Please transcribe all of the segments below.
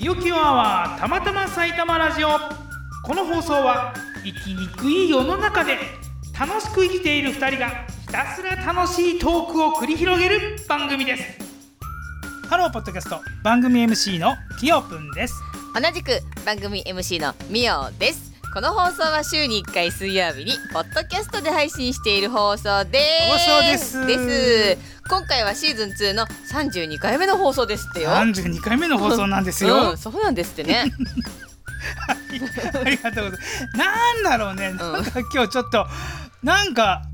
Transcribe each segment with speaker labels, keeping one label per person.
Speaker 1: キュアはたまたま埼玉ラジオこの放送は生きにくい世の中で楽しく生きている2人がひたすら楽しいトークを繰り広げる番組ですハローポッドキャスト番組 MC のきよぷんです
Speaker 2: 同じく番組 MC のみおですこの放送は週に1回水曜日にポッドキャストで配信している放送です
Speaker 1: 放送です
Speaker 2: です今回はシーズン2の32回目の放送ですってよ
Speaker 1: 32回目の放送なん ですよ、
Speaker 2: うん、そうなんですってね
Speaker 1: ありがとうございますなんだろうねなんか今日ちょっとなんか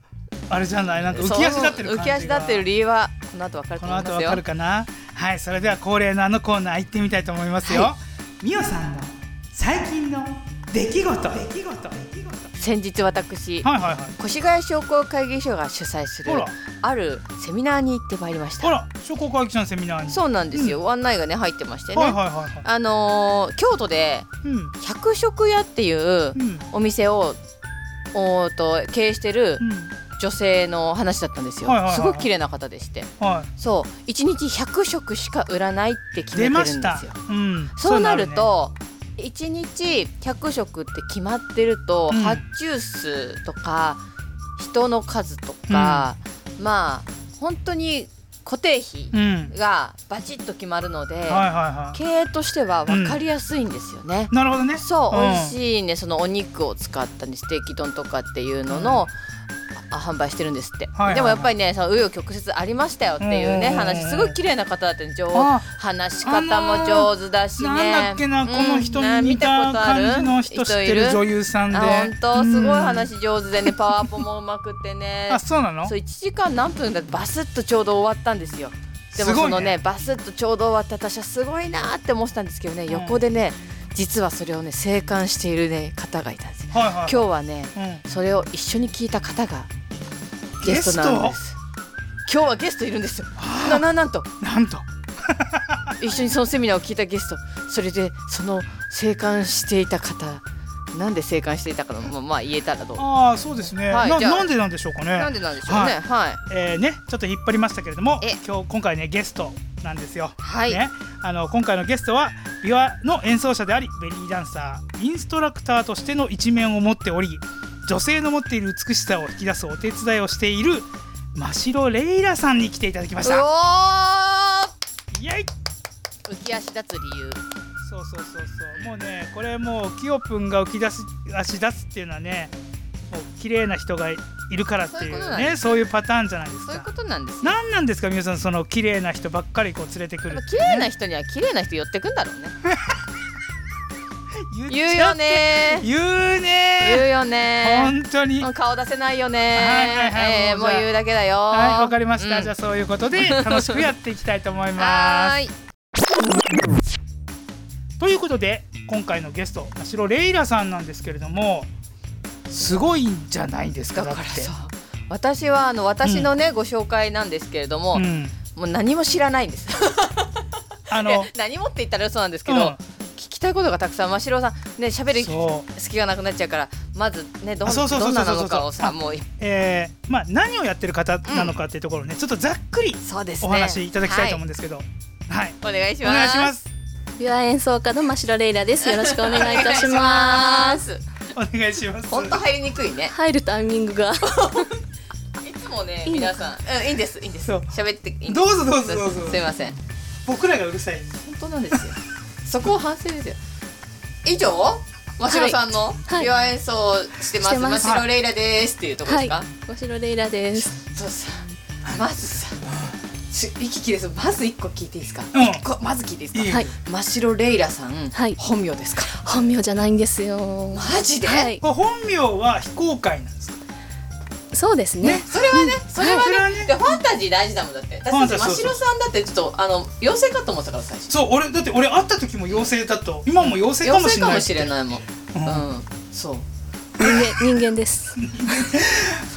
Speaker 1: あれじゃ ないなんか浮き足立ってる
Speaker 2: そう
Speaker 1: 感
Speaker 2: 浮
Speaker 1: じ
Speaker 2: き
Speaker 1: が
Speaker 2: 足立ってる理由はこの後わかると
Speaker 1: この
Speaker 2: 思います
Speaker 1: 後
Speaker 2: よ
Speaker 1: わかるかなはいそれでは恒例のあのコーナー行ってみたいと思いますよ
Speaker 2: は
Speaker 1: みおさんの最近の出来事出来事はい
Speaker 2: 先日私
Speaker 1: はいはい
Speaker 2: 越谷商工会議所が主催する
Speaker 1: ほら
Speaker 2: あるセミナーに行ってまいりまし
Speaker 1: あ
Speaker 2: た
Speaker 1: ら商工会議所のセミナーに
Speaker 2: そうなんですよ、案内がね入ってましてね、
Speaker 1: はいはいはいはい
Speaker 2: あのー京都で
Speaker 1: うん
Speaker 2: 百食屋っていう
Speaker 1: うん
Speaker 2: お店をおーと経営してる
Speaker 1: うん
Speaker 2: 女性の話だったんですよ、
Speaker 1: はいはいはいはい
Speaker 2: すごく綺麗な方でして
Speaker 1: は
Speaker 2: そう一日100食しか売らないって
Speaker 1: い
Speaker 2: 決め
Speaker 1: 出
Speaker 2: てるん
Speaker 1: ま
Speaker 2: です
Speaker 1: した
Speaker 2: よ
Speaker 1: うん
Speaker 2: そうなると一日100食って決まってると、
Speaker 1: うん
Speaker 2: 発注数とか人の数とか、まあ本当に固定
Speaker 1: う
Speaker 2: 費
Speaker 1: なるね
Speaker 2: がバチッと決まるので、
Speaker 1: うんはいはいは
Speaker 2: 経営としては分かりやすいんですよね。
Speaker 1: いなるほどね
Speaker 2: そう、
Speaker 1: ん
Speaker 2: 美味しいねそのお肉を使ったねステーキ丼とかっていうのの、あ販売してるんですって、
Speaker 1: はいはいはい
Speaker 2: でもやっぱりねその紆余曲折ありましたよっていうね、
Speaker 1: うんうんうん
Speaker 2: 話すごい綺麗な方だったね上
Speaker 1: あ
Speaker 2: 話し方も上手だしね
Speaker 1: なんだっけなこの人
Speaker 2: うん
Speaker 1: に似た感じの人
Speaker 2: 見
Speaker 1: 知
Speaker 2: た
Speaker 1: っ
Speaker 2: ことあ
Speaker 1: てる女優さんで
Speaker 2: あ本当すごい
Speaker 1: うん
Speaker 2: 話上 手でね、パワーポもうまくてね
Speaker 1: あそうなの
Speaker 2: そう1時間何分だってバスッとちょうど終わったんですよでも
Speaker 1: すごいね
Speaker 2: そのねバスッとちょうど終わって私はすごいなーって思ってたんですけどね
Speaker 1: ん
Speaker 2: 横でね実はそれをね静観しているね方がいたんですよ
Speaker 1: はいはい
Speaker 2: 今日はね
Speaker 1: 日
Speaker 2: それを一緒に聞いた方がゲストなんです今日はゲストいるんですよなななんと
Speaker 1: なんと
Speaker 2: 一緒にそのセミナーを聞いたゲストそれでその静観していた方なんで静観していたかのもまあ言えたらどう
Speaker 1: ああそうですね、
Speaker 2: はい
Speaker 1: な
Speaker 2: じゃあ
Speaker 1: なんでなんでしょうかね
Speaker 2: なんでなんでしょうね
Speaker 1: は
Speaker 2: はい
Speaker 1: えーねちょっと引っ張りましたけれども
Speaker 2: え
Speaker 1: 今日今回ねゲストなんですよ、
Speaker 2: はい、
Speaker 1: ね、あの今回のゲストは琵琶の演奏者でありベリーダンサーインストラクターとしての一面を持っており女性の持っている美しさを引き出すお手伝いをしている真白レイラさんに来ていただきまし
Speaker 2: う
Speaker 1: た
Speaker 2: おー
Speaker 1: イエイ
Speaker 2: 浮き足立つ理由
Speaker 1: そうそうそうそうもうねこれもうキヨプンが浮き出し足出すっていうのはねもう綺麗な人がいるからってい
Speaker 2: そうい
Speaker 1: う
Speaker 2: うことなんです
Speaker 1: ねそういうパターンじゃないです
Speaker 2: そういう
Speaker 1: か
Speaker 2: ことなんですね
Speaker 1: 何なんですか皆さんその綺麗な人ばっかりこう連れてく
Speaker 2: やっ
Speaker 1: る
Speaker 2: ぱ綺麗な人には綺麗な人寄ってくん だろうね
Speaker 1: っ
Speaker 2: 言う
Speaker 1: ちゃ
Speaker 2: よ
Speaker 1: って
Speaker 2: ね
Speaker 1: 言う
Speaker 2: 言う
Speaker 1: ね
Speaker 2: よね
Speaker 1: 本当に
Speaker 2: も
Speaker 1: は
Speaker 2: う顔出せないよね
Speaker 1: はいはいはい
Speaker 2: えー
Speaker 1: も
Speaker 2: も
Speaker 1: うじ
Speaker 2: う
Speaker 1: ゃあ
Speaker 2: 言うだけだ
Speaker 1: い
Speaker 2: よ
Speaker 1: わかりました、
Speaker 2: うん
Speaker 1: じゃあそういうこと で楽しくやっていきたいと思い
Speaker 2: は
Speaker 1: ま
Speaker 2: ーい
Speaker 1: すということで今回のゲスト真白レイラさんなんですけれどもすごいんじゃないですか
Speaker 2: だ
Speaker 1: だ
Speaker 2: か
Speaker 1: っ
Speaker 2: ら
Speaker 1: て
Speaker 2: さ私はあの私のね、ご紹介なんですけれども、
Speaker 1: うん
Speaker 2: もう何も知らないんです。
Speaker 1: あの
Speaker 2: 何もって言ったら嘘なんですけ
Speaker 1: う
Speaker 2: ど、
Speaker 1: ん
Speaker 2: 聞きたいことがたくさん真城さんね喋る
Speaker 1: そう
Speaker 2: 隙がなくなっちゃうからまずねどん
Speaker 1: あそうそうそう
Speaker 2: ど
Speaker 1: んそう
Speaker 2: な
Speaker 1: そう
Speaker 2: なのかを
Speaker 1: あ
Speaker 2: さもう
Speaker 1: えーまあ、何をやってる方なのかっていうところをね、ちょっとざっくり
Speaker 2: そうです
Speaker 1: お
Speaker 2: ね
Speaker 1: 話いただきたいと思うんですけど、はい、
Speaker 2: はい、お願いし
Speaker 1: お
Speaker 2: ます
Speaker 1: 願いします。
Speaker 3: ビュア演奏家の真白レイラです。よろしくお願いいたし
Speaker 2: お願
Speaker 3: ま
Speaker 2: いし
Speaker 3: す。
Speaker 2: ます
Speaker 1: お願いします。
Speaker 2: 本当入りにくいね
Speaker 3: 入るタイミングが
Speaker 2: いつもね
Speaker 3: いいの
Speaker 2: 皆
Speaker 3: か
Speaker 2: さんうんいいんですいいんです
Speaker 1: そう
Speaker 2: 喋っていいんです
Speaker 1: どうぞどうぞどうぞ
Speaker 2: すいません
Speaker 1: 僕らがうるさい。
Speaker 2: 本当なんですよそこは反省ですよ以上真城さんの
Speaker 3: はい
Speaker 2: ピュア演奏してま
Speaker 3: し
Speaker 2: す
Speaker 3: てます
Speaker 2: 真城レイラですっていうところ
Speaker 3: は
Speaker 2: です
Speaker 3: い
Speaker 2: か、、
Speaker 3: 真白レイラです。
Speaker 2: そうさまずさし息切れそうまず一個聞いていいですか、
Speaker 1: うん
Speaker 2: 一個まず聞いていいですか
Speaker 1: いいよ
Speaker 3: はい、
Speaker 2: 真城レイラさん、
Speaker 3: はい
Speaker 2: 本名ですか
Speaker 3: 本名じゃないんですよ。
Speaker 2: マジで、
Speaker 3: はい、
Speaker 1: これ本名は非公開なんですか。
Speaker 3: そうですね。
Speaker 2: それはね、それは
Speaker 1: それは
Speaker 2: ね
Speaker 1: ね
Speaker 2: でファンタジー大事だもんだって
Speaker 1: ファン
Speaker 2: 私
Speaker 1: タ
Speaker 2: た
Speaker 1: ジ
Speaker 2: ち
Speaker 1: ーそうそう
Speaker 2: 真城さんだってちょっとあの妖精かと思ってたから最初
Speaker 1: そう、俺だって俺会った時も妖精だと、今も妖精かも
Speaker 2: 妖
Speaker 1: し
Speaker 2: 精
Speaker 1: れな
Speaker 2: か
Speaker 1: い。
Speaker 2: もしれないもん
Speaker 1: うん
Speaker 2: うん、そう
Speaker 3: 人間、人間です。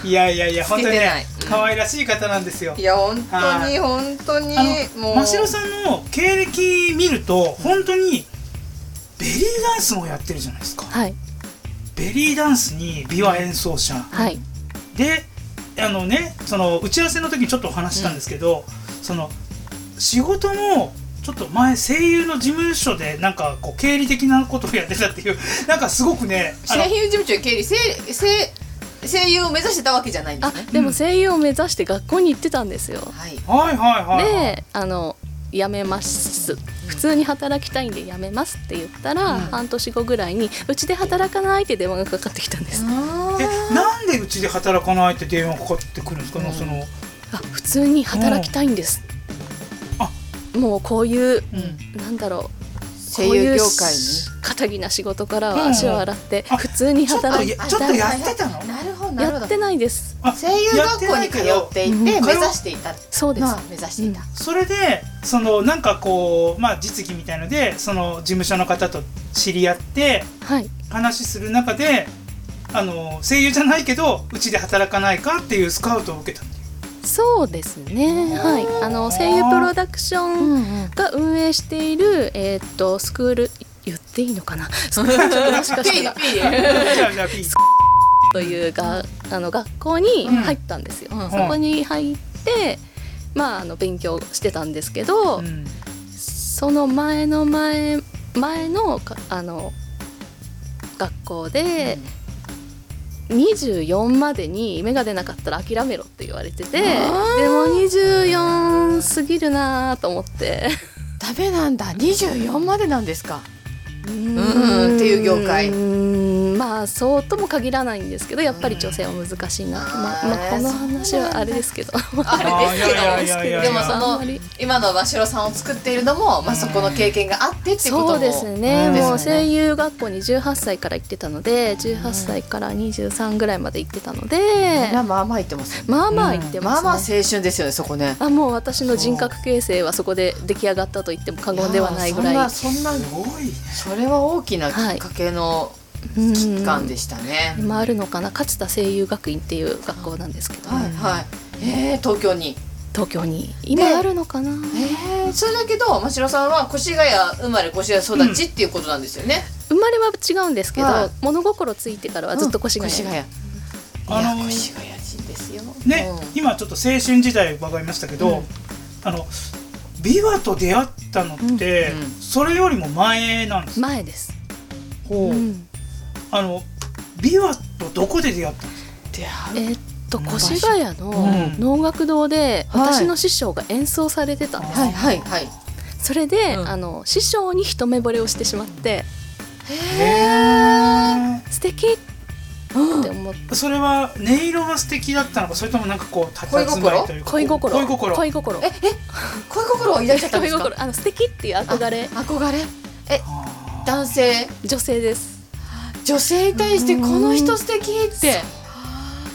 Speaker 1: いやいやいや、本当に
Speaker 2: つけてな
Speaker 1: ね
Speaker 2: い、
Speaker 1: 可愛らしい方なんですよ
Speaker 2: い。や本当
Speaker 1: はい
Speaker 2: に本当に
Speaker 1: あ
Speaker 2: も
Speaker 1: の、
Speaker 2: う
Speaker 1: 真白さんの経歴見ると、本当に。ベリーダンスもやってるじゃないですか。
Speaker 3: はい、
Speaker 1: ベリーダンスに琵琶演奏者。
Speaker 3: はい、
Speaker 1: であのねその打ち合わせの時にちょっとお話ししたんですけど、その仕事もちょっと前声優の事務所でなんかこう経理的なことをやってたっていう なんかすごくねあの
Speaker 2: 声優事務所経理声声声優を目指してたわけじゃないんで
Speaker 3: あ
Speaker 2: すね。
Speaker 3: でも声優を目指して学校に行ってたんですよ
Speaker 2: はい。
Speaker 1: はいはいはいはい、
Speaker 3: であの辞めます普通に働きたいんで辞めますって言ったら、半年後ぐらいにうちで働かないって電話がかかってきたんです、
Speaker 1: えなんでうちで働かないって電話かかってくるんですか、
Speaker 2: うん
Speaker 1: その
Speaker 3: あ普通に働きたいんです、
Speaker 1: あ
Speaker 3: もうこういう
Speaker 1: うん
Speaker 3: なんだろう
Speaker 2: 声優業界に
Speaker 3: 肩ぎな仕事から
Speaker 1: うんう
Speaker 3: は
Speaker 1: ん
Speaker 3: 足を洗って
Speaker 1: あ
Speaker 3: 普通に働
Speaker 1: ちょ
Speaker 3: き
Speaker 1: っと
Speaker 3: た
Speaker 1: や
Speaker 3: い
Speaker 1: ちょっとやってたの
Speaker 2: なるほどなる
Speaker 3: や
Speaker 2: ほど
Speaker 3: って。ないです
Speaker 1: あ
Speaker 2: 声優学校に通っていて
Speaker 3: うん
Speaker 2: 目
Speaker 1: 通
Speaker 2: 指していた
Speaker 3: そうです
Speaker 2: のは目指していた。
Speaker 1: それでそのなんかこうまあ実技みたいのでその事務所の方と知り合って
Speaker 3: はい
Speaker 1: 話する中であの声優じゃないけどうちで働かないかっていうスカウトを受けたっていう
Speaker 3: そうですねはいあの声優プロダクションが運営している、えーっとスクール言っていいのかな スクールもしかしたら
Speaker 1: じゃあじゃあピー
Speaker 3: というがあの学校に
Speaker 1: うん
Speaker 3: 入ったんですよ、
Speaker 2: うん
Speaker 3: そこに入ってまああの勉強してたんですけど、
Speaker 1: うん
Speaker 3: その前の前前のかあの学校で、24までに芽が出なかったら諦めろって言われててでも24過ぎるなと思って
Speaker 2: ダメなんだ。二十四までなんですか。
Speaker 3: う
Speaker 2: ーんっていう業界
Speaker 3: うーんまあそうとも限らないんですけどやっぱり女性は難しいな、まあまあこの話はあれですけど
Speaker 2: あれですけど
Speaker 1: いやいやいやいや
Speaker 2: でもそ
Speaker 3: あん
Speaker 2: の
Speaker 3: まり
Speaker 2: 今の和城さんを作っているのもまあそこの経験があってってことも。
Speaker 3: そうですね
Speaker 1: うん
Speaker 3: もう
Speaker 2: ですよね
Speaker 3: 声優学校に18歳から行ってたので18歳から23ぐらいまで行ってたので
Speaker 2: みんなまあまあ言ってますよね。
Speaker 3: まあまあ行って
Speaker 2: ま
Speaker 3: ま
Speaker 2: あ
Speaker 3: す
Speaker 2: ま
Speaker 3: ね、
Speaker 2: あ青春ですよねそこね。
Speaker 3: あもう私の人格形成はそこで出来上がったと言っても過言ではないぐらい
Speaker 2: やーそんなそん
Speaker 1: す
Speaker 2: な
Speaker 1: ごいね
Speaker 2: それは大きなきっかけの
Speaker 3: うん
Speaker 2: 期間でしたね。
Speaker 3: 今あるのかな勝田声優学院っていう学校なんですけど、
Speaker 2: はいはい。えー、東京に。
Speaker 3: 東京に今あるのかな、
Speaker 2: えー、それだけど真代さんは越谷生まれ越谷育ちっていうことなんですよね。
Speaker 3: 生まれは違うんですけど、
Speaker 2: はい
Speaker 3: 物心ついてからはずっと越谷、
Speaker 2: 越谷。いや
Speaker 1: あの
Speaker 2: 越谷人ですよ。
Speaker 1: ね、
Speaker 2: うん
Speaker 1: 今ちょっと青春時代伺いましたけど、
Speaker 2: うん
Speaker 1: あの琵琶と出会ったのって、
Speaker 2: うんうん
Speaker 1: それよりも前なんです
Speaker 3: 前です、
Speaker 1: ほう
Speaker 3: うん
Speaker 1: あの琵琶とどこで出会ったの
Speaker 2: 出会う。
Speaker 3: えーっと越谷
Speaker 1: うん
Speaker 3: の能楽堂で
Speaker 2: はい
Speaker 3: 私の師匠が演奏されてたんです、
Speaker 2: はいはいはい。
Speaker 3: それで、
Speaker 2: うん
Speaker 3: あの師匠に一目惚れをしてしまって
Speaker 1: へ
Speaker 3: 素敵って思って、
Speaker 1: ーそれは音色が素敵だったのかそれともなんかこうたたずまいというか
Speaker 3: 恋心
Speaker 1: 恋心
Speaker 3: 恋心
Speaker 2: ええ恋心を抱いちゃったんで
Speaker 3: 恋
Speaker 2: すか。
Speaker 3: 心あの素敵っていう憧れ
Speaker 2: あ憧れ。え
Speaker 1: あー
Speaker 2: 男性
Speaker 3: 女性です
Speaker 2: 女性に対してこの人素敵って。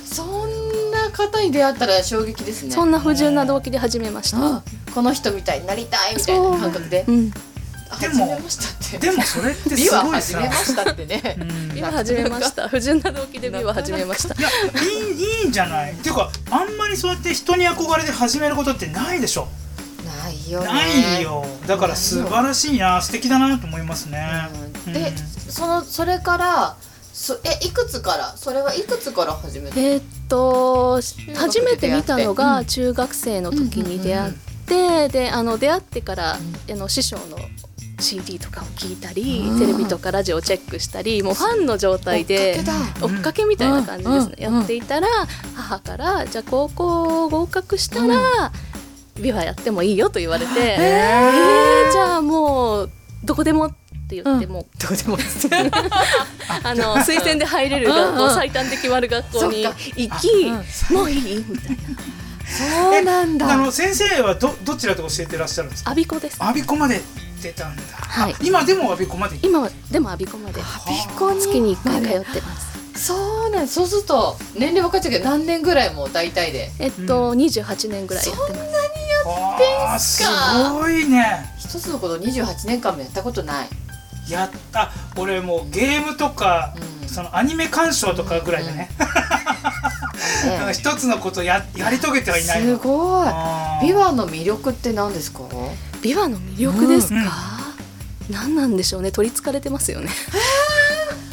Speaker 2: そんな方に出会ったら衝撃ですね。
Speaker 3: そんな不純な動機で始めました、
Speaker 2: うんこの人みたいになりたいみたいな感覚で
Speaker 3: うん、
Speaker 1: で
Speaker 2: 始
Speaker 1: も
Speaker 2: めましたって。
Speaker 1: でもそれって
Speaker 2: 美
Speaker 1: す
Speaker 2: は
Speaker 1: ごい
Speaker 2: 始
Speaker 1: さ
Speaker 2: めましたってね。
Speaker 1: うんい
Speaker 3: 美
Speaker 1: や
Speaker 3: は始めました不純な動機で美は始めました
Speaker 1: いいいいんじゃないっていうかあんまりそうやって人に憧れて始めることってないでしょ
Speaker 2: ないよね。
Speaker 1: ないよだから素晴らしいな素敵だなと思いますね、
Speaker 2: うん。で、
Speaker 1: うん
Speaker 2: そのそれからそえいくつからそれはいくつから始めた。
Speaker 3: えーっと
Speaker 2: 学
Speaker 3: 初めて見たの
Speaker 2: う
Speaker 3: が中学生の時に出会って、であの出会ってから、あの師匠の CD とかを聞いたり、
Speaker 2: うん
Speaker 3: テレビとかラジオをチェックしたりもうファンの状態で
Speaker 2: 追っかけ
Speaker 1: だ
Speaker 3: 追っかけみたいな感じですね、
Speaker 2: うんうん
Speaker 3: やっていたら母から「じゃあ高校合格したら、ビワやってもいいよ」と言われて「えー、じゃあもうどこでも」って言ってもう
Speaker 2: どうでもいいです。
Speaker 3: あの推薦で入れる学校最短で決まる学校に
Speaker 2: そっか
Speaker 3: 行きもういいみたいな
Speaker 2: そうなん
Speaker 1: あ
Speaker 2: だ。
Speaker 1: の先生はどどちらで教えてらっしゃるんですか
Speaker 3: アビコです
Speaker 1: 我孫子まで出たんだ、
Speaker 3: はい
Speaker 1: あ今でも我孫子まで行っ
Speaker 3: 今はでもアビコまで
Speaker 2: ピコに
Speaker 3: 月に1回通ってます
Speaker 2: そうなんそうすると年齢分かっちゃうけど何年ぐらいもう大体で。
Speaker 3: えっと28年ぐらいやってます
Speaker 1: あーすごいね
Speaker 2: 一つのこと28年間もやったことない。
Speaker 1: やった俺もうゲームとか、
Speaker 2: うん
Speaker 1: そのアニメ鑑賞とかぐらいでね、なんか 一つのことややり遂げてはいない
Speaker 2: すごい。
Speaker 1: あー
Speaker 2: ビワの魅力って何ですか？
Speaker 3: ビワの魅力ですか何なんでしょうね取りつかれてますよね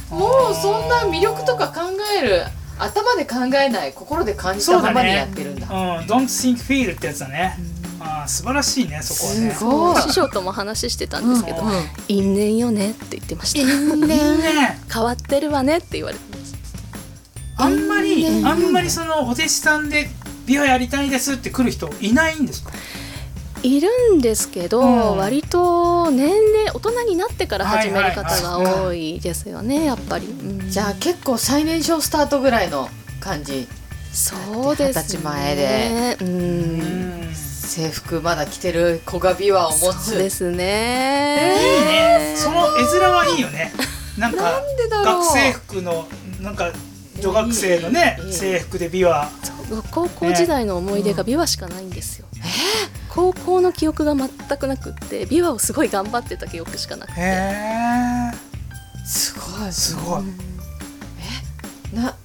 Speaker 2: もうそんな魅力とか考える頭で考えない心で感じたままにやってるんだ。
Speaker 1: うん「Don't think feel」ってやつだね、ああー素晴らしいねそこはね
Speaker 4: すごい
Speaker 3: 師匠とも話してたんですけど「因縁よね」って言ってました
Speaker 4: 因
Speaker 1: いい
Speaker 4: 縁
Speaker 1: ね
Speaker 3: 変わってるわねって言われて
Speaker 1: あんまり、
Speaker 4: うん
Speaker 1: あんまりそのお弟子さんで美容やりたいですって来る人いないんですか
Speaker 3: いるんですけど、
Speaker 1: うん
Speaker 3: 割と年齢大人になってから始める方が
Speaker 1: はいはいはい
Speaker 3: 多いですよねやっぱり、うん
Speaker 2: じゃあ結構最年少スタートぐらいの感じ
Speaker 3: そうですね
Speaker 2: 二十歳前で
Speaker 3: う
Speaker 1: うんん
Speaker 2: 制服まだ着てる古賀琵琶を持
Speaker 3: そうで
Speaker 2: つ
Speaker 3: す
Speaker 1: いい
Speaker 3: ね、
Speaker 1: ねその絵面はいいよねなんか
Speaker 2: なんでだろう
Speaker 1: 学生服のなんか女学生のね
Speaker 2: いいいい
Speaker 1: 制服で美は
Speaker 3: 高校時代の思い出が琵琶しかないんですよ、高校の記憶が全くなくって琵琶をすごい頑張ってた記憶しかなくて、
Speaker 1: へえ
Speaker 2: すごい
Speaker 1: すごい
Speaker 2: な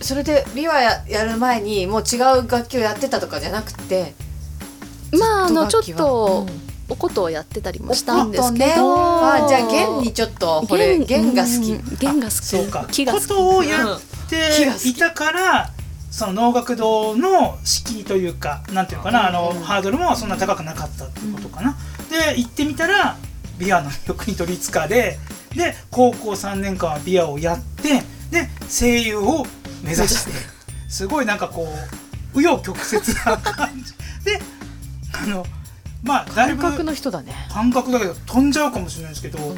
Speaker 2: それで琵琶ややる前にもう違う楽器をやってたとかじゃなくて
Speaker 3: まああのちょ
Speaker 2: 楽器
Speaker 3: っ
Speaker 2: は
Speaker 3: と
Speaker 2: うん
Speaker 3: お琴をやってたりもしたんですけど、
Speaker 2: ね、あじゃあ弦にちょっとこれ弦が好き、
Speaker 3: うん弦が好き
Speaker 1: そうか
Speaker 3: 木が好き
Speaker 1: ことをやっていたからその能楽堂の敷居というかなんていうのかなあのハードルもそんな高くなかったってことかなで行ってみたらビアの魅力に取りつかれで高校3年間はビアをやってで声優を目指 してすごいなんかこう紆余曲折な感じであのまあだいぶ
Speaker 2: の人だね
Speaker 1: 感覚だけど飛んじゃうかもしれないですけど、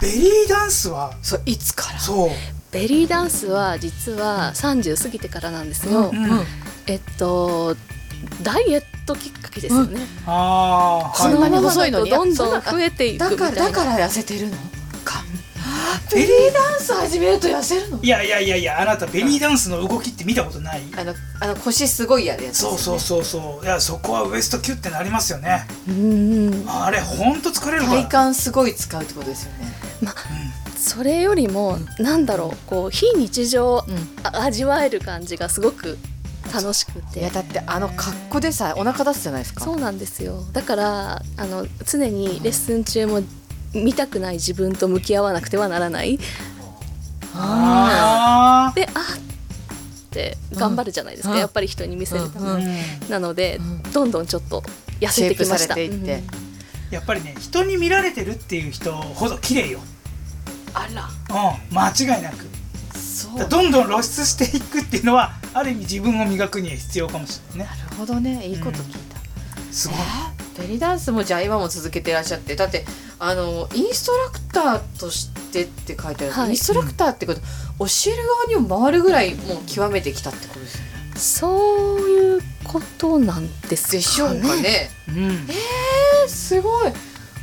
Speaker 1: ベリーダンスは
Speaker 2: そういつから
Speaker 1: そう、
Speaker 3: ベリーダンスは実は30過ぎてからなんですよ、
Speaker 1: うん
Speaker 3: えっとダイエットきっかけですよね、
Speaker 1: ああ、
Speaker 2: この
Speaker 1: はい
Speaker 2: まま細いのに
Speaker 3: どんどん増えていく
Speaker 2: だ
Speaker 3: みた
Speaker 2: か
Speaker 3: い
Speaker 2: ら
Speaker 3: な
Speaker 2: だから痩せてるのか
Speaker 1: ベ
Speaker 2: ベ
Speaker 1: リ
Speaker 2: リ
Speaker 1: ー
Speaker 2: ーダンス始めると痩せるの
Speaker 1: いやいやいやいやあなたベリーダンスの動きって見たことない
Speaker 2: あのあの腰すごいやるやつですよ
Speaker 1: そ
Speaker 2: ね、
Speaker 1: うそうそうそういやそこはウエストキュッてなりますよね
Speaker 3: うんうん
Speaker 1: あれほんと疲れるから
Speaker 2: 体幹すごい使うってことですよね
Speaker 3: それよりもなんだろうこう非日常を
Speaker 2: うん
Speaker 3: あ味わえる感じがすごく楽しくて
Speaker 2: だってあの格好でさえお腹出すじゃないです
Speaker 3: そうなんですよだからあの常にレッスン中も見たくない自分と向き合わなくてはならない
Speaker 1: あ
Speaker 3: であーって頑張るじゃないですか、
Speaker 2: うん
Speaker 3: やっぱり人に見せるため
Speaker 1: あ、
Speaker 3: に、
Speaker 2: う
Speaker 1: うんん、
Speaker 3: なので、
Speaker 2: うん
Speaker 3: どんどんちょっと痩せてきました
Speaker 2: シェイプされていって
Speaker 1: やっぱりね人に見られてるっていう人ほど綺麗よ
Speaker 2: あら
Speaker 1: うん間違いなく
Speaker 2: そう
Speaker 1: だ
Speaker 2: な
Speaker 1: からどんどん露出していくっていうのはある意味自分を磨くには必要かもしれないね
Speaker 2: るほどねいいこと聞いた、
Speaker 1: すごい
Speaker 2: えーベリーダンスもじゃあ今も続けていらっしゃってだってあのインストラクターとしてって書いてある、
Speaker 3: はい
Speaker 2: インストラクターってこと教える側にも回るぐらいもう極めてきたってことですよね
Speaker 3: うんそういうことなんですかね
Speaker 2: でしょうかね
Speaker 1: うん
Speaker 2: えすごい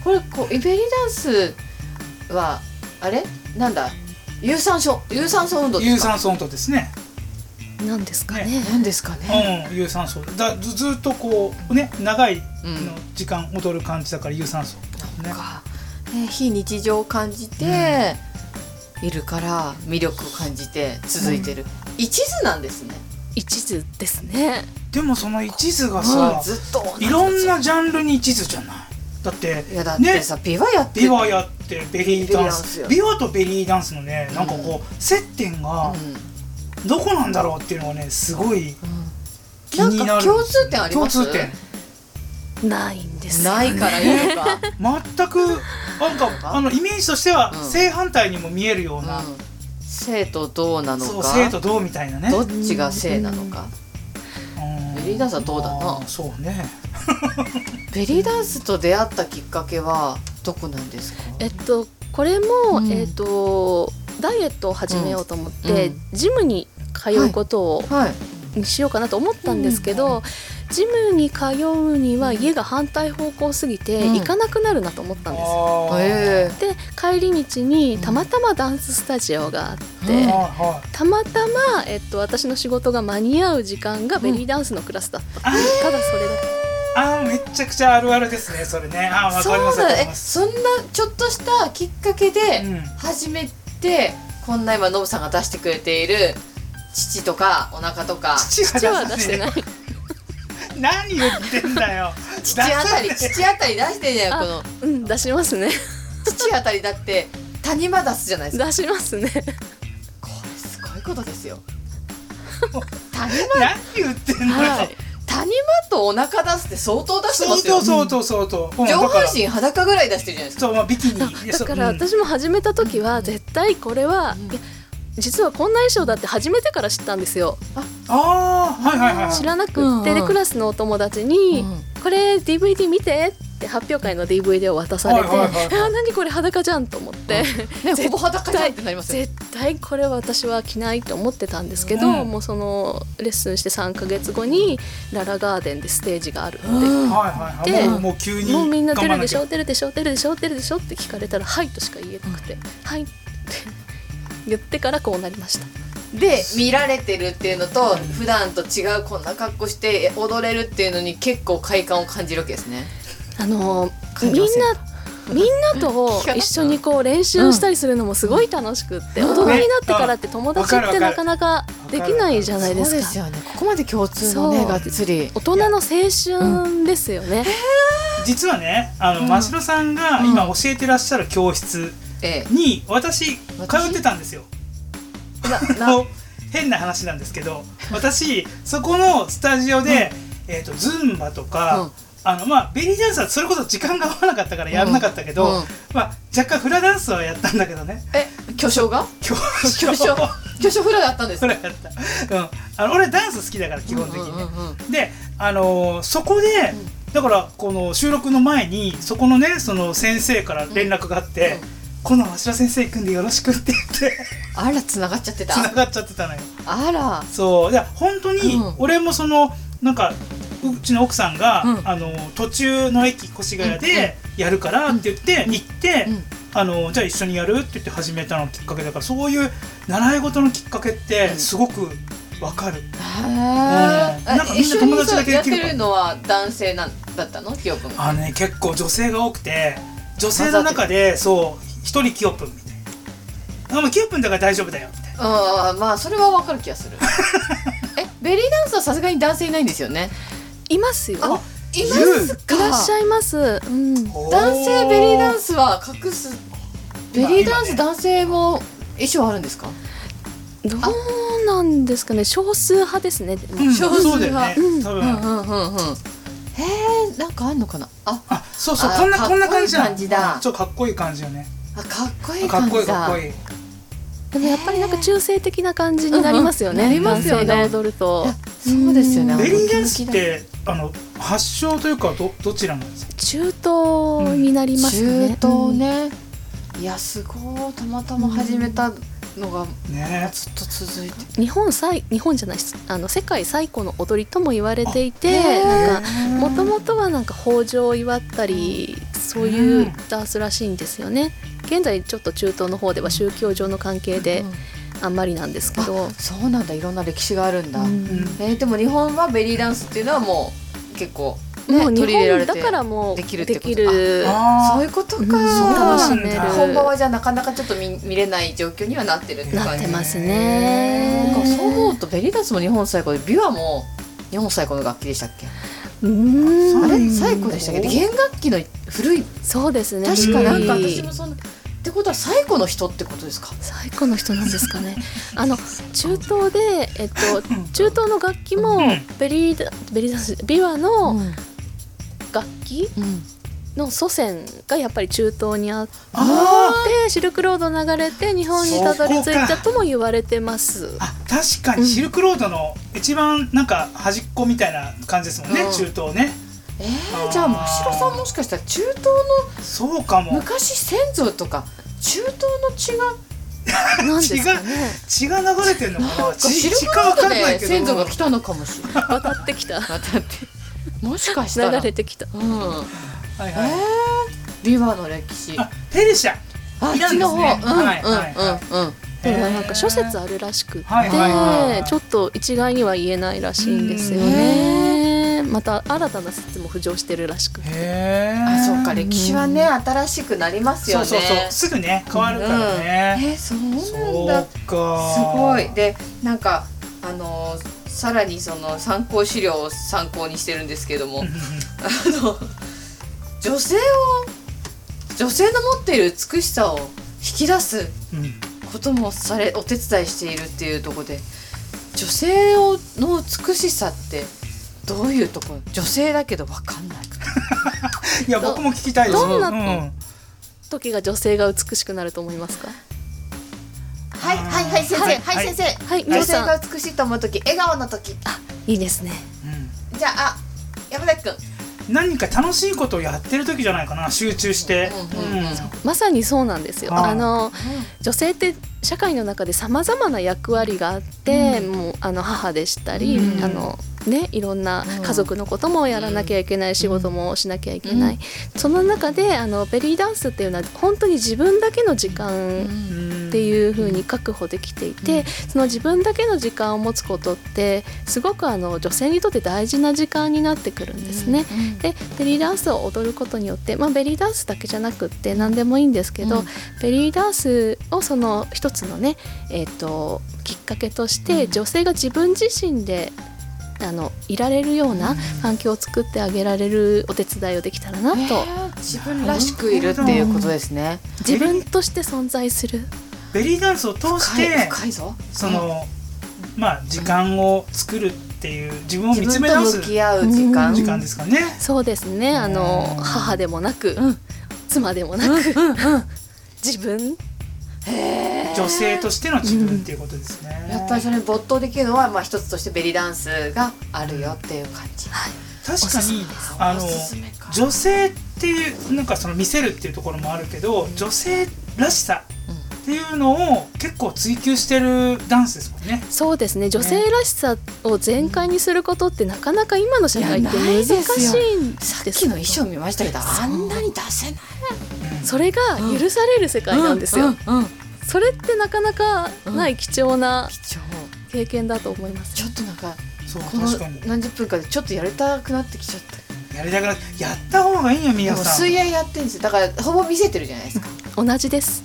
Speaker 2: これこうイベリーダンスはあれなんだ有酸素有酸素運動で
Speaker 1: 有
Speaker 2: すか
Speaker 1: 酸素運動ですね
Speaker 3: なんですかね
Speaker 1: ね
Speaker 2: なんですかね、
Speaker 1: うん、有酸素だずずっとこうね長い
Speaker 2: うん
Speaker 1: の時間踊る感じだから有酸素、ね
Speaker 2: なんか、ね、非日常を感じて、いるから魅力を感じて続いてる、一途なんですね
Speaker 3: 一途ですね
Speaker 1: でもその一途がさ
Speaker 2: ずっと同じ
Speaker 1: いろんなジャンルに一途じゃないだって
Speaker 2: いやだってさ、ビワやって
Speaker 1: ビワやってベリーダンス
Speaker 2: ベリーダンスよ
Speaker 1: ビワとベリーダンスのねなんかこう接点が
Speaker 2: う
Speaker 1: どこなんだろうっていうのがねすごい気
Speaker 2: ん、
Speaker 1: に
Speaker 2: な
Speaker 1: なる
Speaker 2: んか共通点あります
Speaker 1: 共通点
Speaker 3: ないんですよ
Speaker 2: ないからいいのか、
Speaker 1: 全くなんかあのイメージとしては
Speaker 2: うん
Speaker 1: 正反対にも見えるような、
Speaker 2: うん、生とどなの
Speaker 1: そう
Speaker 2: か
Speaker 1: 生と同みたいなね
Speaker 2: どっちが生なのか、
Speaker 1: うん
Speaker 2: ベリーダンスはどうだな
Speaker 1: あーそうね
Speaker 2: ベリーダンスと出会ったきっかけはどこなんですか
Speaker 3: えっとこれも、
Speaker 2: うん
Speaker 3: えっとダイエットを始めようと思って、
Speaker 2: うん
Speaker 3: ジムに通うことを、
Speaker 2: はい
Speaker 3: にしようかなと思ったんですけど、ジムに通うには家が反対方向すぎて
Speaker 2: うん
Speaker 3: 行かなくなるなと思ったんですよ、
Speaker 1: あー
Speaker 2: ええ
Speaker 3: で帰り道にたまたまダンススタジオがあって、
Speaker 2: う
Speaker 1: は
Speaker 2: ん
Speaker 1: いはい
Speaker 3: たまたま、えっと、私の仕事が間に合う時間がベリーダンスのクラスだった、
Speaker 1: うん
Speaker 3: ただそれだけ
Speaker 1: あーめちゃくちゃあるあるですねそれねあーわ
Speaker 2: そ
Speaker 1: かります
Speaker 2: う
Speaker 1: わか
Speaker 2: だ
Speaker 1: り
Speaker 2: ね
Speaker 1: ま
Speaker 2: え
Speaker 1: す
Speaker 2: そんなちょっとしたきっかけで
Speaker 1: うん
Speaker 2: 始めて、こんな今ノブさんが出してくれている父とかお腹とか
Speaker 3: 父は出してない
Speaker 1: 何言ってんだよ
Speaker 2: 父あたり
Speaker 1: 出さね
Speaker 2: 父あたり出してんじゃんこ
Speaker 3: あ
Speaker 2: の
Speaker 3: うん出 しますね
Speaker 2: 父あたりだって谷間出すじゃないですか
Speaker 3: 出しますね
Speaker 2: これすごいことですよ谷間
Speaker 1: 何言ってんだよ、
Speaker 2: はい谷間とお腹出すって相当出して
Speaker 1: そ
Speaker 2: ま
Speaker 1: う
Speaker 2: すよ
Speaker 1: そうそうそうそうそう、うん
Speaker 2: 上
Speaker 1: だから
Speaker 2: 半身裸ぐらい出してるじゃないですか
Speaker 1: そうまあビキニ
Speaker 3: だ
Speaker 1: そう
Speaker 3: から
Speaker 1: うん
Speaker 3: 私も始めた時は絶対これは、いや実はこんな衣装だって初めてから知ったんですよ
Speaker 1: ああはいはいはい
Speaker 3: 知らなくって、
Speaker 2: うんうん
Speaker 3: でクラスのお友達に「これ DVD 見て」って発表会の DVD を渡されて「
Speaker 1: はいはいはいはい
Speaker 3: あ何これ裸じゃん」と思って、
Speaker 2: ね
Speaker 3: 絶対
Speaker 2: ほぼ裸じゃんってなりますよ
Speaker 3: 絶対これは私は着ないと思ってたんですけど、
Speaker 1: うん
Speaker 3: もうそのレッスンして3ヶ月後にララガーデンでステージがあるって、
Speaker 1: はいはいはい
Speaker 3: で
Speaker 1: もうもう急に
Speaker 3: もうみんな出るでし
Speaker 1: 頑
Speaker 3: ょ出るでしょ出るでしょ出るでしょって聞かれたら「はい」としか言えなくて「はい」って言ってからこうなりました
Speaker 2: で見られてるっていうのと普段と違うこんな格好して踊れるっていうのに結構快感を感じるわけですね
Speaker 3: あの
Speaker 2: 感
Speaker 3: みん
Speaker 2: じ
Speaker 3: な
Speaker 2: ません
Speaker 3: みんなと一緒にこう練習したりするのもすごい楽しくって、大人になってからって友達ってなかなかできないじゃないですか
Speaker 2: よねここまで共通
Speaker 3: そう
Speaker 2: つり
Speaker 3: 大人の青春ですよね、
Speaker 1: 張実はねあの、真城さんが今教えてらっしゃる教室
Speaker 2: ええ
Speaker 1: に私通
Speaker 2: 私
Speaker 1: ってたんですよ
Speaker 2: な
Speaker 1: あの変な話なんですけ ど私そこのスタジオで、えー、とズンバとか、
Speaker 2: うん
Speaker 1: あのまあ、ベリーダンスはそれこそ時間が合わなかったからやらなかったけど、
Speaker 2: うんうん
Speaker 1: まあ、若干フラダンスはやったんだけどね
Speaker 2: え巨匠が
Speaker 1: 教師
Speaker 2: 巨匠巨匠フラだったんです
Speaker 1: フラやった、うん、あの俺ダンス好きだから基本的にね、
Speaker 2: うんうんうん
Speaker 1: で、あのーそこで、だからこの収録の前にそこのねその先生から連絡があって
Speaker 2: うん
Speaker 1: 「この芦田先生行くんでよろしく」って言って
Speaker 2: あら繋がっちゃってた
Speaker 1: 繋がっちゃってたのよ。
Speaker 2: あら
Speaker 1: そうで本当に
Speaker 2: うん
Speaker 1: 俺もそのなんかうちの奥さんが、
Speaker 2: うん
Speaker 1: あの途中の駅越谷でやるからって言って、行って、
Speaker 2: うん
Speaker 1: あのじゃあ一緒にやるって言って始めたのがきっかけだからそういう習い事のきっかけって
Speaker 2: うん
Speaker 1: すごくわかる、
Speaker 2: へ
Speaker 1: んなんかみんな友達だけ
Speaker 2: やっ
Speaker 1: でき
Speaker 2: て
Speaker 1: るから
Speaker 2: るのは男性なんだったのきよくん
Speaker 1: あのね結構女性が多くて女性の中でそう一人キヨプンみたいなあもうキヨプンだから大丈夫だよみたいな
Speaker 2: ああまあそれはわかる気が するえベリーダンスはさすがに男性いないんですよね
Speaker 3: いますよ
Speaker 2: あいま
Speaker 1: る
Speaker 2: すか
Speaker 3: いらっしゃいます、うん、
Speaker 2: 男性ベリーダン
Speaker 1: ス
Speaker 2: スは隠すベ
Speaker 1: 今
Speaker 2: リーダン
Speaker 1: 今
Speaker 2: ス
Speaker 1: ね
Speaker 2: 男性も衣装あるんですか
Speaker 3: どうなんですかね少数派ですねでも
Speaker 1: うん、
Speaker 2: 少数
Speaker 1: そうだよね、
Speaker 3: うん
Speaker 1: 多
Speaker 2: う
Speaker 1: 分、
Speaker 2: んうんうんうんへえなんかあんのかなあ
Speaker 1: あそうそう
Speaker 2: あ
Speaker 1: こんな
Speaker 2: かっ
Speaker 1: こ
Speaker 2: こい
Speaker 1: んな感じ
Speaker 2: い
Speaker 1: だ
Speaker 2: 感じだ
Speaker 1: ちょっとかっこいい感じよね
Speaker 2: あかっこいい
Speaker 1: か
Speaker 2: 感
Speaker 1: っこい
Speaker 2: じ
Speaker 1: いか
Speaker 2: だ
Speaker 1: っこいい
Speaker 3: でもやっぱりなんか中性的な感じになりますよね、
Speaker 2: うんうんなりますよね
Speaker 3: 男性が踊ると
Speaker 2: そうですよね
Speaker 1: ベリーダンス
Speaker 2: キ
Speaker 1: っ
Speaker 2: ムキだ
Speaker 1: てあの発祥というかどどちらなんですか
Speaker 3: 中東になりますね、
Speaker 2: 中東ね、いやすごいたまたま始めたのが
Speaker 1: ね
Speaker 2: ずっと続いて
Speaker 3: 日本最日本じゃないですあの世界最古の踊りとも言われていて
Speaker 2: あへー
Speaker 3: なんかもともとはなんか豊穣を祝ったりそうい
Speaker 1: うん
Speaker 3: うダンスらしいんですよね現在ちょっと中東の方では宗教上の関係で
Speaker 2: うん
Speaker 3: あんまりなんですけど、
Speaker 2: そうなんだいろんな歴史があるんだ、
Speaker 3: うん
Speaker 1: うん
Speaker 2: えーでも日本はベリーダンスっていうのはもう結構、ね、
Speaker 3: もう
Speaker 2: 取
Speaker 3: 日
Speaker 2: り入れら
Speaker 3: 本
Speaker 2: れて
Speaker 3: だからもう
Speaker 2: でき
Speaker 3: でき
Speaker 2: るっ
Speaker 3: る
Speaker 2: てこと
Speaker 1: あ
Speaker 2: そう
Speaker 1: ー
Speaker 2: いうことか、
Speaker 3: うん楽しめる
Speaker 1: そうなんだ
Speaker 2: 本場はじゃあなかなかちょっと見見れない状況にはなってるって
Speaker 3: な
Speaker 2: 感
Speaker 3: っ
Speaker 2: じ
Speaker 3: てます
Speaker 2: なん
Speaker 3: ね
Speaker 2: かそう思うとベリーダンスも日本最古で琵琶も日本最古の楽器でしたっけ、
Speaker 3: うーん
Speaker 1: あ
Speaker 2: あ
Speaker 1: う
Speaker 2: れ
Speaker 1: ん
Speaker 2: 最古でしたっけ弦楽器の古い
Speaker 3: そうですね
Speaker 2: 確か
Speaker 1: に
Speaker 2: なんか
Speaker 3: 古い
Speaker 2: 私もそんなってことは最古の人ってことですか
Speaker 3: 最古の人なんですかね。あの中東でえっと中東の楽器も
Speaker 1: うん
Speaker 3: ベリーダベリーダンスビワ
Speaker 2: う
Speaker 3: の
Speaker 2: ん
Speaker 3: 楽器の祖先がやっぱり中東にあって
Speaker 1: あ
Speaker 3: シルクロード流れて日本にたどり着いたとも言われてます。
Speaker 1: あ確かにシルクロードの一番なんか端っこみたいな感じですもんね、
Speaker 2: うん
Speaker 1: 中東ね
Speaker 2: えー、じゃあ真城さんもしかしたら中東
Speaker 1: そうか
Speaker 2: の
Speaker 1: も
Speaker 2: 昔先祖とか中東の血が
Speaker 3: なんですかね。
Speaker 1: 血が流れてるのかな
Speaker 2: なんか
Speaker 1: 血
Speaker 2: シルク
Speaker 1: 血
Speaker 2: ロ
Speaker 1: かわ
Speaker 2: ー
Speaker 1: か
Speaker 2: ド
Speaker 1: んないけ
Speaker 2: で
Speaker 1: ど
Speaker 2: 先祖が来たのかも しれない。
Speaker 3: 渡ってきた。
Speaker 2: だってもしかした ら。
Speaker 3: 流れてきた。
Speaker 2: うん。
Speaker 1: はい
Speaker 2: え
Speaker 1: はい
Speaker 2: ー、ビワの歴史。
Speaker 1: あペルシャ
Speaker 2: あ
Speaker 1: イランですね
Speaker 2: うんうん
Speaker 1: はいはい
Speaker 2: うんうん。
Speaker 3: でもなんか諸説あるらしくって、
Speaker 1: はいはいはいはい
Speaker 3: ちょっと一概には言えないらしいんですよね。また新たな説も浮上してるらしくて。
Speaker 1: へー
Speaker 2: あ、そうか歴史はね新しくなりますよ
Speaker 1: そ
Speaker 2: ね。
Speaker 1: うそうそうすぐね変わるから
Speaker 2: うん
Speaker 1: ね、
Speaker 2: えー、そう
Speaker 1: そう
Speaker 2: なんだ
Speaker 1: か。す
Speaker 2: すごいでなんかあのーさらにその参考資料を参考にしてるんですけどもあの女性を女性の持っている美しさを引き出す
Speaker 1: うん
Speaker 2: こともされお手伝いしているっていうところで女性をの美しさってどういうところ女性だけどわかんない
Speaker 1: いや僕も聞きたいです
Speaker 3: どんな
Speaker 1: う
Speaker 3: 時が女性が美しくなると思いますか
Speaker 2: はいはいはい先生
Speaker 1: はい
Speaker 2: はい先生
Speaker 3: はい皆
Speaker 2: 女性
Speaker 3: さん、
Speaker 2: が美しいと思う時笑顔の時
Speaker 3: いいですね
Speaker 1: う
Speaker 2: じゃあ山崎君
Speaker 1: ん何か楽しいことをやってる時じゃないかな集中して
Speaker 2: うんうんうん
Speaker 3: まさにそうなんですよ
Speaker 1: あー
Speaker 3: あの女性って社会の中でさまざまな役割があって、もうあの母でしたり、
Speaker 1: うん
Speaker 3: あのね、いろんな家族のこともやらなきゃいけない、仕事もしなきゃいけない、その中であのベリーダンスっていうのは本当に自分だけの時
Speaker 1: う
Speaker 3: 間
Speaker 1: ん
Speaker 3: っていう風に確保できていて、その自分だけの時間を持つことってすごくあの女性にとって大事な時間になってくるんですね。でベリーダンスを踊ることによって、まあ、ベリーダンスだけじゃなくって何でもいいんですけど、
Speaker 2: うん
Speaker 3: ベリーダンスをその一つのね、えー、ときっかけとして女性が自分自身であのいられるような環境を作ってあげられるお手伝いをできたらなと、
Speaker 2: 自分らしくいるっていうことですね
Speaker 3: 自分として存在する
Speaker 1: ベリーダンスを通し
Speaker 2: 深い
Speaker 1: て
Speaker 2: 深いぞ
Speaker 1: そのまあ時間を作るっていう自分を見
Speaker 2: 自
Speaker 1: つめ
Speaker 2: 分と
Speaker 1: 直
Speaker 2: 向
Speaker 1: す時
Speaker 2: き合う時間
Speaker 1: 間ですかね
Speaker 3: そうですねあの
Speaker 1: うん
Speaker 3: 母でもなく、
Speaker 2: うん
Speaker 3: 妻でもなく、自分
Speaker 1: 女性としての自分っていうことですね
Speaker 2: やっぱりそれに没頭できるのはまあ一つとしてベリーダンスがあるよっていう感じ
Speaker 1: 確かにあ
Speaker 2: あ
Speaker 1: の
Speaker 2: おすすめか
Speaker 1: 女性っていうなんかその見せるっていうところもあるけど女性らしさっていうのを結構追求してるダンスですもんね。
Speaker 3: そうですね女性らしさを全開にすることってなかなか今の社会って
Speaker 2: いやない
Speaker 3: 難
Speaker 2: で
Speaker 3: し
Speaker 2: す
Speaker 3: い
Speaker 2: よ
Speaker 3: んです
Speaker 2: さっきの衣装見ましたけどあんなに出せない
Speaker 3: それが許される世界なんですよ、
Speaker 2: うんうん
Speaker 3: それってなかなかない貴重な
Speaker 2: 貴重
Speaker 3: 経験だと思います
Speaker 2: ちょっとなんか
Speaker 1: そう
Speaker 2: この
Speaker 1: 確かに
Speaker 2: 何十分かでちょっとやりたくなってきちゃった
Speaker 1: やりたくなやった方がいいよみ
Speaker 2: で
Speaker 1: や
Speaker 2: も
Speaker 1: さん。
Speaker 2: 水泳やってるんですよだからほぼ見せてるじゃないですか
Speaker 3: 同じです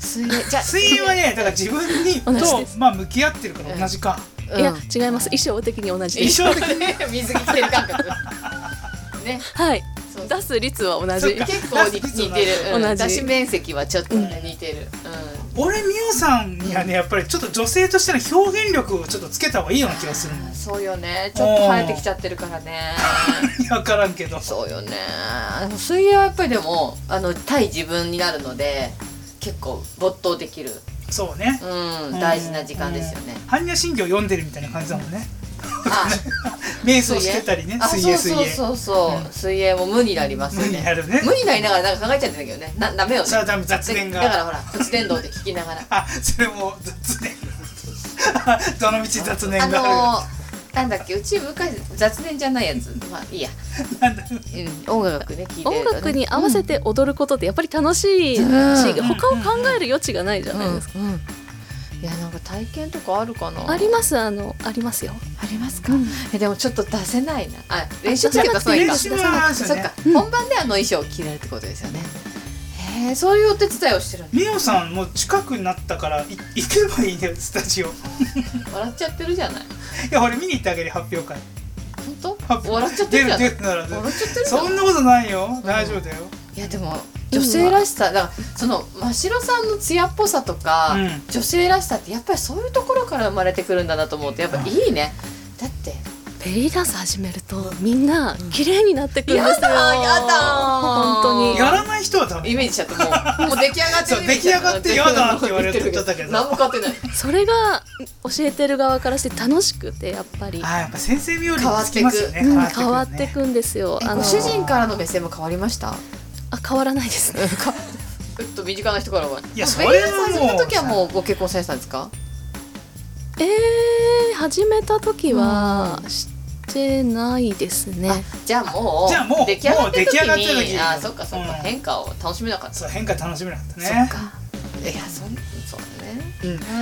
Speaker 2: 水泳じゃあ
Speaker 1: 水泳はねだから自分に
Speaker 3: 同じ
Speaker 1: と
Speaker 3: で
Speaker 1: まあ向き合ってるから同じか。
Speaker 2: うん
Speaker 3: いや違います衣装的に同じ
Speaker 1: 衣
Speaker 3: です
Speaker 1: 装的に
Speaker 2: ね 水着着てる 感覚ね
Speaker 3: はい
Speaker 2: そう
Speaker 3: 出す率は同
Speaker 1: そっ
Speaker 3: じ
Speaker 1: か
Speaker 2: 結構に似てる、
Speaker 3: 同
Speaker 2: う
Speaker 3: じ
Speaker 2: ん、出し面積はちょっとね似てる、
Speaker 1: 俺みやさんにはねやっぱりちょっと女性としての表現力をちょっとつけた方がいいような気がする
Speaker 2: う
Speaker 1: も
Speaker 2: ん、そうよねちょっと生えてきちゃってるからね
Speaker 1: ん。わからんけど。
Speaker 2: そうよねでも水泳はやっぱりでもあの対自分になるので結構没頭できる、
Speaker 1: そうね。
Speaker 2: うん、大事な時間ですよね、
Speaker 1: 般若心経読んでるみたいな感じだもんね。
Speaker 2: あ
Speaker 1: 瞑想してたりね。
Speaker 2: あ
Speaker 1: 水泳水
Speaker 2: そう
Speaker 1: 泳。
Speaker 2: そうそうそう、水泳も無になりますよ
Speaker 1: 無にな
Speaker 2: ね
Speaker 1: るね。
Speaker 2: 無になりながらなんか考えちゃってんだけどねなダメよね
Speaker 1: それはダメ雑念が
Speaker 2: だからほら骨伝導で聞きながら
Speaker 1: あ、それも雑念。 どのみち雑念
Speaker 2: あ
Speaker 1: がある。
Speaker 2: のー、なんだっけうち昔雑念じゃないやつまあいいや、うん、音楽ね聞いてるとね、
Speaker 3: 音楽に合わせて踊ることってやっぱり楽しいし、
Speaker 2: うん
Speaker 3: 他を考える余地がないじゃないですか、
Speaker 2: うんうんいやなんか体験とかあるかな
Speaker 3: ありますあのありますよ
Speaker 2: ありますか、えでもちょっと出せないなあ練習
Speaker 3: あ出
Speaker 2: 中
Speaker 3: せ
Speaker 2: か
Speaker 3: なく
Speaker 2: そう
Speaker 3: ていいん
Speaker 2: い
Speaker 3: で
Speaker 2: か
Speaker 3: す
Speaker 2: そ
Speaker 1: ね
Speaker 2: っ
Speaker 1: 練習は
Speaker 2: か
Speaker 1: そう
Speaker 2: そ
Speaker 1: ね
Speaker 2: っか本番であの衣装を着られるってことですよねへえそういうお手伝いをしてるの
Speaker 1: ミオさんも近くになったからい行けばいいねスタジオい
Speaker 2: 笑っちゃってるじゃない
Speaker 1: や俺見に行ってあげる発表会
Speaker 2: 本
Speaker 1: 発 表
Speaker 2: 当笑っちゃってるじゃない
Speaker 1: 出る出るなら
Speaker 2: 笑っちゃってるじゃ
Speaker 1: そ
Speaker 2: ない
Speaker 1: んなことないよ大丈夫だよ、
Speaker 2: いやでも女性らしさだからその真城さんの艶っぽさとか、
Speaker 1: うん
Speaker 2: 女性らしさってやっぱりそういうところから生まれてくるんだなと思うとやっぱいいねだって
Speaker 3: ベリーダンス始めるとみんな綺麗になってくるんですよ、本当に
Speaker 1: やらない人はダメ
Speaker 2: イメージしちゃ ってもうもう出来上がって
Speaker 1: そう
Speaker 2: るイメージしちゃ
Speaker 1: 出来上がってやだって言われてたけど
Speaker 2: 何も変わってない
Speaker 3: それが教えてる側からして楽しくてやっぱり、
Speaker 1: あーやっぱ先生冥利につきますよね
Speaker 3: うん変わって
Speaker 1: よね
Speaker 3: くんですよ
Speaker 2: え
Speaker 3: あ
Speaker 2: ご
Speaker 3: の
Speaker 2: 主人からの目線も変わり ました
Speaker 3: あ変わらないですね
Speaker 2: えっと身近な人からはい
Speaker 1: や
Speaker 2: あ
Speaker 1: それは
Speaker 2: ベリーダンス
Speaker 1: もう
Speaker 2: 始めた時はもうご結婚されてたんですか
Speaker 3: えー、始めた時はしてないですね
Speaker 2: あじゃあもう
Speaker 1: じゃあもう
Speaker 2: 出来上がって
Speaker 1: もう
Speaker 2: る時
Speaker 1: 出来上がってる時
Speaker 2: に
Speaker 1: に
Speaker 2: あそっかそっか、
Speaker 1: うん
Speaker 2: 変化を楽しめなかった
Speaker 1: そう変化楽しめなかったね
Speaker 2: そっかいやそんそうだね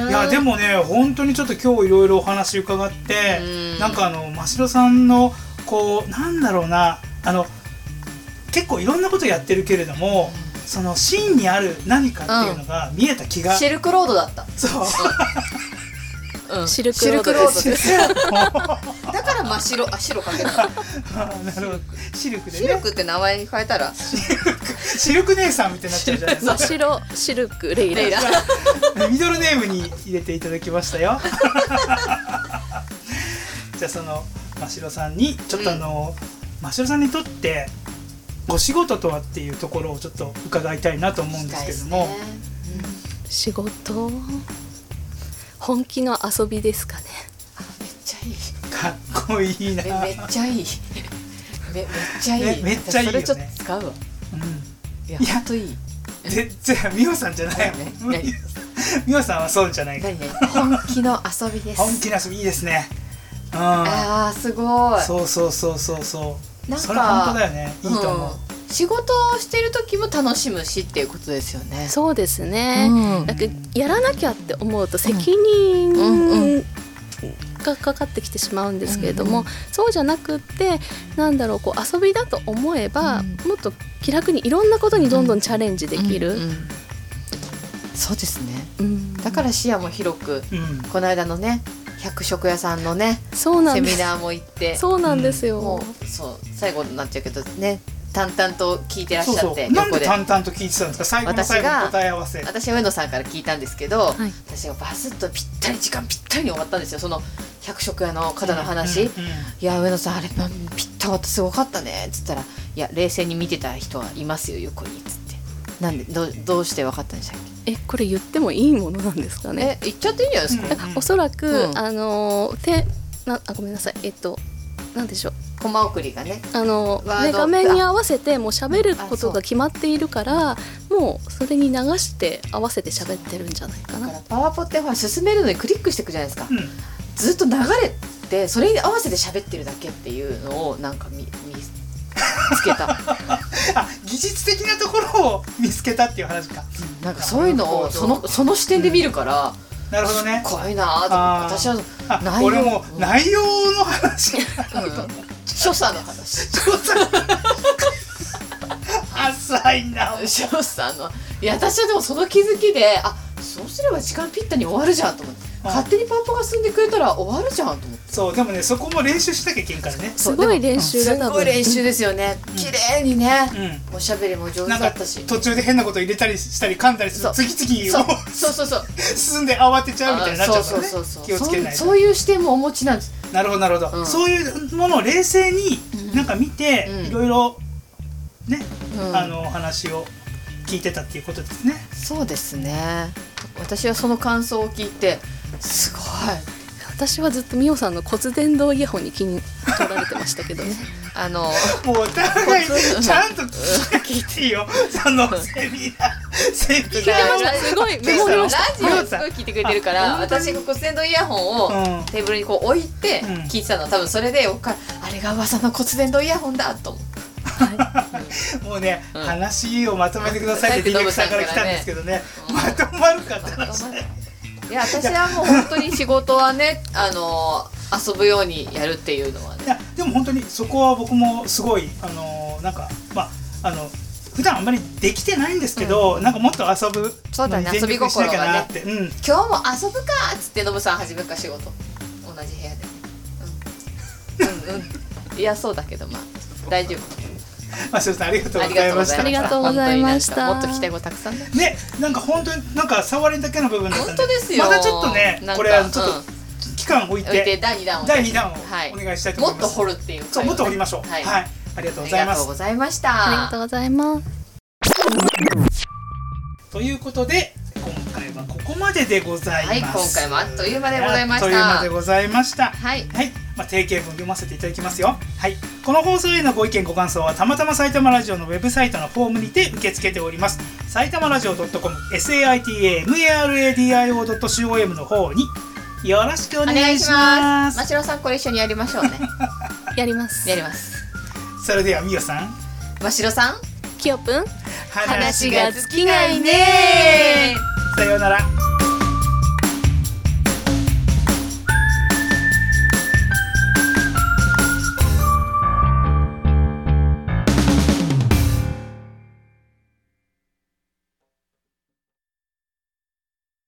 Speaker 1: うんいやでもね本当にちょっと今日いろいろお話伺って
Speaker 2: うん
Speaker 1: なんかあの真城さんのこうなんだろうなあの結構いろんなことやってるけれどもその芯にある何かっていうのが見えた気が、
Speaker 2: シルクロードだった、
Speaker 1: そう
Speaker 2: うん
Speaker 3: シルクロード
Speaker 2: シルクロード ですだから真っ白あ白かけた
Speaker 1: なるほどシルクで
Speaker 2: シ
Speaker 1: ね
Speaker 2: ルクって名前に変えたら
Speaker 1: シルク姉さんみたいになっちゃうじゃないです
Speaker 3: 真っ白シルクレイラ
Speaker 2: レイラ
Speaker 1: かミドルネームに入れていただきましたよ じゃあその真城さんにちょっとあの、真城さんにとってお仕事とはっていうところをちょっと伺いたいなと思うんですけども、
Speaker 3: 仕事本気の遊びですかね
Speaker 2: めっちゃいい
Speaker 1: かっこいいな、
Speaker 2: めめっちゃいいめめっちゃいい
Speaker 1: めめっちゃいいよね
Speaker 2: それちょっと使う
Speaker 1: う
Speaker 2: わ
Speaker 1: ん、
Speaker 2: いや
Speaker 1: いや
Speaker 2: ほんといい
Speaker 1: 全然美穂さんじゃないもん
Speaker 2: 何
Speaker 1: 美
Speaker 2: 何
Speaker 1: 穂さんはそうじゃない
Speaker 2: 何何本気の遊びです
Speaker 1: 本気な遊びいいですねうん
Speaker 2: あーすごい
Speaker 1: そうそうそうそうそう
Speaker 2: なんか
Speaker 1: それ本当だよねいいと思う、
Speaker 2: うん仕事をしてる時も楽しむしっていうことですよね
Speaker 3: そうですね、
Speaker 2: うん
Speaker 3: なんかやらなきゃって思うと責任
Speaker 2: うん
Speaker 3: がかかってきてしまうんですけれども、
Speaker 2: うん
Speaker 3: そうじゃなくってなんだろうこう遊びだと思えば、
Speaker 2: うん
Speaker 3: もっと気楽にいろんなことにどんどんチャレンジできる、
Speaker 2: うんうんそうですね
Speaker 3: うん
Speaker 2: だから視野も広く
Speaker 1: うん
Speaker 2: この間のね百食屋さんのね
Speaker 3: そうなん
Speaker 2: セ
Speaker 3: で
Speaker 2: ミ
Speaker 3: す
Speaker 2: ナーも行って
Speaker 3: そうなんですよ、
Speaker 2: もうそう最後になっちゃうけどね淡々と聞いてらっし
Speaker 1: そう
Speaker 2: ゃ
Speaker 1: そ
Speaker 2: って
Speaker 1: うなん
Speaker 2: 横
Speaker 1: で
Speaker 2: で
Speaker 1: 淡々と聞いてたんですか最後の最後の答え合わせ
Speaker 2: 私は上野さんから聞いたんですけど、
Speaker 3: はい
Speaker 2: 私がバスッとぴったり時間ぴったりに終わったんですよその百食屋の方の話、
Speaker 1: うんうん
Speaker 2: いや上野さんあれまピッタ終わってすごかったねっつったら「いや冷静に見てた人はいますよ横に」っつってなんでどうどうして分かったんでしたっ
Speaker 3: えこれ言ってもいいものなんですか
Speaker 2: け、
Speaker 3: ね
Speaker 2: え言っちゃっていいんじゃないですか、
Speaker 1: うんうん
Speaker 3: おそらく、
Speaker 2: うん
Speaker 3: あのてなあごめんなさいえっとなんでしょう
Speaker 2: コマ送りがね
Speaker 3: あの、
Speaker 2: ワード
Speaker 3: ね、
Speaker 2: が
Speaker 3: 画面に合わせてもう喋る
Speaker 2: あ
Speaker 3: こ
Speaker 2: そ
Speaker 3: と
Speaker 2: う
Speaker 3: が決まっているからもうそれに流して合わせて喋ってるんじゃないか
Speaker 2: だ
Speaker 3: な
Speaker 2: からパワポってほら進めるのにクリックしていくじゃないですか、
Speaker 1: うん
Speaker 2: ずっと流れてそれに合わせて喋ってるだけっていうのをなんか見見つけた
Speaker 1: あ技術的なところを見つけたっていう話か
Speaker 2: なんかそういうのをそのその視点で見るから、
Speaker 1: なるほどね
Speaker 2: すっごいなーと
Speaker 1: あー
Speaker 2: 私は
Speaker 1: あ
Speaker 2: 内容
Speaker 1: 俺も内容の話
Speaker 2: うん所作の話
Speaker 1: 浅いな
Speaker 2: ショウさんのいや私はでもその気づきであそうすれば時間ぴったりに終わるじゃんと思って
Speaker 1: あ
Speaker 2: 勝手にパンパが進んでくれたら終わるじゃんと思って
Speaker 1: そうでもねそこも練習しなきゃいけんからね
Speaker 3: すごい練習
Speaker 2: す
Speaker 3: が多
Speaker 2: ごい
Speaker 3: 分
Speaker 2: 練習ですよね綺麗にね、
Speaker 1: う
Speaker 2: おしゃべりも上
Speaker 1: ん
Speaker 2: 手
Speaker 1: なん
Speaker 2: だ
Speaker 1: か
Speaker 2: ったし
Speaker 1: 途中で変なこと入れたりしたり噛んだりすると
Speaker 2: そう
Speaker 1: 次
Speaker 2: そう
Speaker 1: 々もう
Speaker 2: そうそうそう
Speaker 1: 進んで慌てちゃうみたいになっちゃ
Speaker 2: あ
Speaker 1: うか
Speaker 2: そう
Speaker 1: ら
Speaker 2: そう
Speaker 1: ね
Speaker 2: そう
Speaker 1: 気
Speaker 2: そう
Speaker 1: をつけないと
Speaker 2: そうそういう視点もお持ちなんです
Speaker 1: なるほどなるほど、
Speaker 2: うん
Speaker 1: そういうものを冷静に
Speaker 2: うん
Speaker 1: なんか見て、
Speaker 2: うん
Speaker 1: いろいろね、
Speaker 2: うん
Speaker 1: あのお話を聞いてたっていうことですね
Speaker 2: そうですね私はその感想を聞いてすごい
Speaker 3: 私はずっとミオさんの骨伝導イヤホンに気に取られてましたけ どね
Speaker 2: あの
Speaker 1: もうお互い
Speaker 2: コツ
Speaker 1: ちゃんと聞いてよそのセミナーセミ
Speaker 3: 聞いてま し
Speaker 1: ナ
Speaker 3: たすごいメモ
Speaker 1: 聞いて
Speaker 3: りま
Speaker 1: ま
Speaker 3: し
Speaker 1: したた
Speaker 2: ラジオをすごい聞いてくれてるから
Speaker 1: あ本当に
Speaker 2: 私が骨伝導イヤホン
Speaker 1: うん
Speaker 2: をテーブルにこう置いて
Speaker 1: うん
Speaker 2: 聞いてたの多分それでよっかあれが噂の骨伝導イヤホンだと思って
Speaker 1: ーもうね、
Speaker 2: うん
Speaker 1: 話をまとめてくださいってディレクターから来たんですけどね、
Speaker 2: うん
Speaker 1: まとまるかって話 ね
Speaker 2: いや私はもう本当に仕事はねあの遊ぶようにやるっていうのはね
Speaker 1: いやでも本当にそこは僕もすごいあのーなんかまああの普段あんまりできてないんですけど、なんかもっと遊ぶ
Speaker 2: そうだね
Speaker 1: のに全力にしなきゃなって、うん
Speaker 2: 今日も遊ぶかっつってノブさん始めるか仕事同じ部屋で、うん、うんうんいやそうだけどまあ大丈夫
Speaker 1: まあ、すいませんありがとう
Speaker 2: あ
Speaker 1: ご
Speaker 2: り
Speaker 1: ざ
Speaker 2: が
Speaker 1: い
Speaker 2: とう
Speaker 1: ま
Speaker 2: ご
Speaker 1: し
Speaker 2: ざいました
Speaker 1: た
Speaker 3: ありがとうご
Speaker 2: 本当
Speaker 3: ざいました
Speaker 2: になんかもっと聞きたいことたくさんだ
Speaker 1: ねなんか本当になんか触りだけの部分だったん
Speaker 2: 本当ですよ
Speaker 1: またちょっとね
Speaker 2: なんか
Speaker 1: これはちょっ
Speaker 2: う
Speaker 1: と期間置い
Speaker 2: 置いて
Speaker 1: て、
Speaker 2: 第2弾を
Speaker 1: 第2弾を
Speaker 2: はい
Speaker 1: お願いしたいと
Speaker 2: も
Speaker 1: 思い
Speaker 2: っ
Speaker 1: ます、
Speaker 2: と掘るっていう
Speaker 1: そうもっと掘りましょうは、
Speaker 2: はいい
Speaker 1: ありがとうご
Speaker 2: あり
Speaker 1: ざい
Speaker 2: が
Speaker 1: ま
Speaker 2: とう
Speaker 1: す
Speaker 2: ございまし
Speaker 3: ありがとう
Speaker 2: た
Speaker 3: ございます
Speaker 1: ということで今回はここまででござ
Speaker 2: はいい
Speaker 1: ま
Speaker 2: 今
Speaker 1: す、
Speaker 2: 回もあっという間でございました
Speaker 1: あっという間でございました
Speaker 2: はい
Speaker 1: はい、まあ、定型文読ませていただきますよ。はい、この放送へのご意見ご感想はたまたま埼玉ラジオのウェブサイトのフォームにて受け付けております。埼玉ラジオ .com、saitamaradio.com の方によろしくお
Speaker 2: お
Speaker 1: 願いします。
Speaker 2: 真城さんこれ一緒にやりましょうね
Speaker 3: やります
Speaker 2: やります
Speaker 1: それではみよさん、
Speaker 2: 真城さん
Speaker 3: キヨプン
Speaker 1: 話
Speaker 2: 話が尽きないね
Speaker 1: さようなら。